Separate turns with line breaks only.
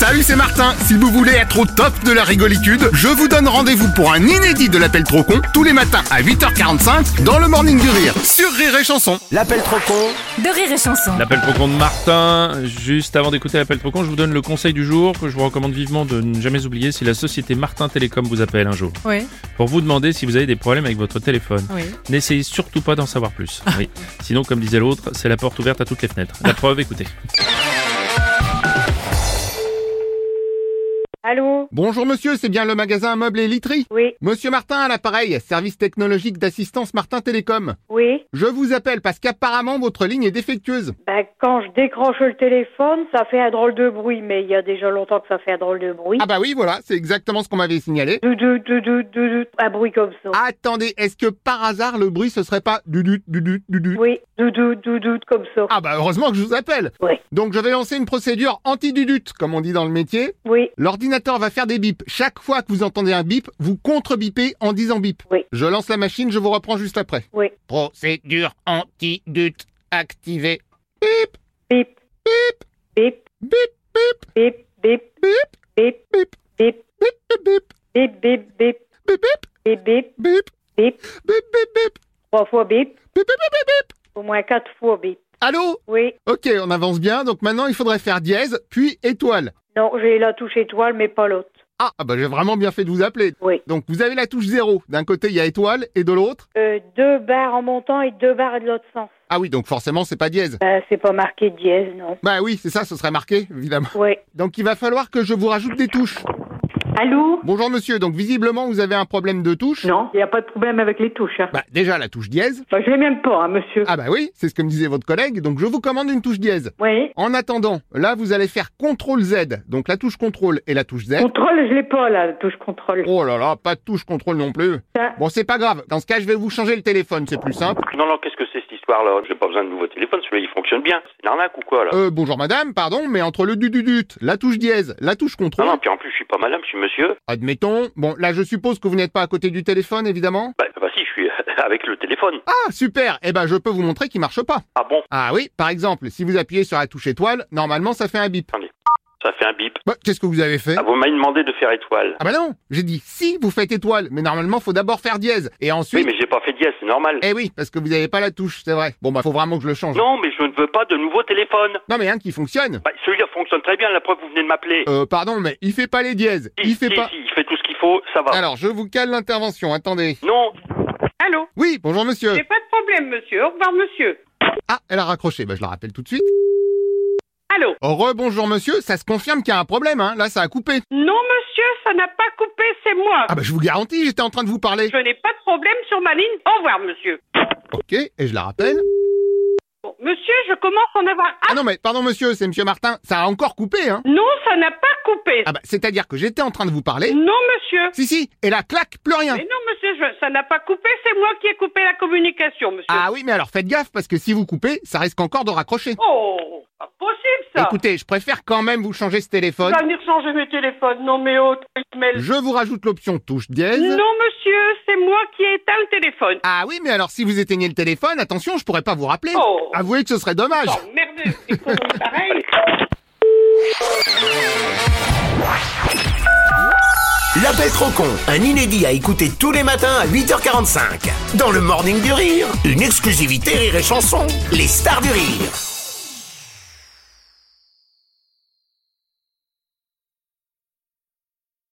Salut, c'est Martin. Si vous voulez être au top de la rigolitude, je vous donne rendez-vous pour un inédit de l'appel trop con tous les matins à 8h45 dans le Morning du Rire sur Rire et Chanson.
L'appel trop con
de rire et chanson.
L'appel trop con de Martin. Juste avant d'écouter l'appel trop con, je vous donne le conseil du jour que je vous recommande vivement de ne jamais oublier si la société Martin Télécom vous appelle un jour.
Oui,
Pour vous demander si vous avez des problèmes avec votre téléphone.
oui.
N'essayez surtout pas d'en savoir plus. Oui. Sinon, comme disait l'autre, c'est la porte ouverte à toutes les fenêtres. La preuve, écoutez.
Allô
Bonjour monsieur, c'est bien le magasin Meubles et Literie
Oui,
Monsieur Martin à l'appareil, service technologique d'assistance Martin Télécom.
oui.
Je vous appelle parce qu'apparemment votre ligne est défectueuse.
Ben, quand je décroche le téléphone, ça fait un drôle de bruit, mais il y a déjà longtemps que ça fait un drôle de bruit.
Ah bah oui, voilà, c'est exactement ce qu'on m'avait signalé.
Dou, dou, dou, dou, dou, dou, un bruit comme ça.
Ah. Attendez, est-ce que par hasard le bruit ce serait pas du du du du du du
Oui, dou, dou, dou, dou, comme ça.
Ah bah heureusement que je vous appelle.
Oui,
Donc je vais lancer une procédure anti-dudute, comme on dit dans le métier.
oui,
L'ordinateur va faire des bips. Chaque fois que vous entendez un bip, vous contre-bipez en disant bip.
Oui.
Je lance la machine, je vous reprends juste après.
oui.
Procédure anti-dute activée. Bip,
Bip,
bip,
bip,
bip, bip,
bip, bip,
bip,
bip,
bip,
bip,
bip, bip, bip,
bip, bip,
bip, bip,
bip, bip, bip,
bip,
bip.
bip, bip, bip,
Trois fois bip,
bip, bip, bip, bip.
au moins quatre fois bip.
Allô
Oui,
Ok, on avance bien, donc maintenant il faudrait faire dièse, puis étoile.
non, j'ai la touche étoile, mais pas l'autre.
Ah, ah bah j'ai vraiment bien fait de vous appeler.
Oui.
Donc vous avez la touche zéro. D'un côté il y a étoile, et de l'autre...
Euh, deux barres en montant et deux barres de l'autre sens.
Ah oui, donc forcément c'est pas dièse.
Ben, c'est pas marqué dièse, non.
Bah oui, c'est ça, ce serait marqué, évidemment.
Oui.
Donc il va falloir que je vous rajoute des touches.
Allô
Bonjour monsieur, donc visiblement vous avez un problème de touche.
Non, il n'y a pas de problème avec les touches. Hein.
Bah déjà la touche dièse.
Enfin, je l'ai même pas, hein, monsieur.
Ah bah oui, c'est ce que me disait votre collègue, donc je vous commande une touche dièse.
Oui.
En attendant, là vous allez faire CTRL Z, donc la touche CTRL et la touche Z.
Contrôle, je l'ai pas, là, la touche contrôle.
Oh là là, pas de touche CTRL non plus.
Ça.
Bon c'est pas grave, dans ce cas je vais vous changer le téléphone, c'est plus simple.
Non, non, qu'est-ce que c'est cette histoire-là J'ai pas besoin de nouveau téléphone, celui-là il fonctionne bien. C'est une arnaque ou quoi là
Euh bonjour madame, pardon, mais entre le dududut, la touche dièse, la touche
Non, non,
CTRL,
puis en plus je suis pas madame, je suis monsieur.
admettons, bon là je suppose que vous n'êtes pas à côté du téléphone évidemment.
Bah, bah si, je suis avec le téléphone.
Ah super, eh ben je peux vous montrer qu'il marche pas.
Ah bon
Ah oui, par exemple, si vous appuyez sur la touche étoile, normalement ça fait un bip.
Ça fait un bip.
Bah, qu'est-ce que vous avez fait
Ah, vous m'avez demandé de faire étoile.
Ah bah non, j'ai dit si vous faites étoile, mais normalement faut d'abord faire dièse et
Oui,
ensuite.
mais j'ai pas fait dièse, c'est normal.
Eh oui, parce que vous n'avez pas la touche, c'est vrai. Bon bah faut vraiment que je le change.
Non, mais je ne veux pas de nouveau téléphone.
Non, mais un qui fonctionne.
Bah, celui-là fonctionne très bien, la preuve vous venez de m'appeler.
Euh pardon, mais il fait pas les dièses.
Si,
Il fait
si,
pas.
si, il fait tout ce qu'il faut, ça va.
Alors je vous cale l'intervention. Attendez.
Non,
Allô
Oui, bonjour monsieur.
J'ai pas de problème, monsieur. Au revoir, monsieur.
Ah, elle a raccroché. Bah je la rappelle tout de suite.
Allô
Re bonjour monsieur, ça se confirme qu'il y a un problème. Hein. Là ça a coupé.
Non, monsieur, ça n'a pas coupé, c'est moi.
Ah bah je vous garantis, j'étais en train de vous parler.
Je n'ai pas de problème sur ma ligne. Au revoir, monsieur.
Ok, et je la rappelle.
Bon, monsieur, je commence à en avoir...
Ah
Ah
non mais pardon monsieur, c'est monsieur Martin. Ça a encore coupé hein.
non, ça n'a pas coupé.
Ah bah, c'est-à-dire que j'étais en train de vous parler.
Non, monsieur.
Si, si, et là, clac, plus rien.
Mais non, monsieur, je- ça n'a pas coupé, c'est moi qui ai coupé la communication, monsieur.
Ah oui, mais alors faites gaffe, parce que si vous coupez, ça risque encore de raccrocher.
Oh, pas possible, ça.
Écoutez, je préfère quand même vous changer ce téléphone.
Je vais venir changer mes téléphones. Non, mais autre, il me mêle.
Je vous rajoute l'option touche dièse.
Non, monsieur, c'est moi qui ai éteint le téléphone.
Ah oui, mais alors si vous éteignez le téléphone, attention, je pourrais pas vous rappeler.
Oh.
Avouez que ce serait dommage.
Oh, merde, c'est conneries pareilles.
L'appel trop con, un inédit à écouter tous les matins à 8h45. Dans le Morning du Rire, une exclusivité Rire et Chanson, les stars du rire.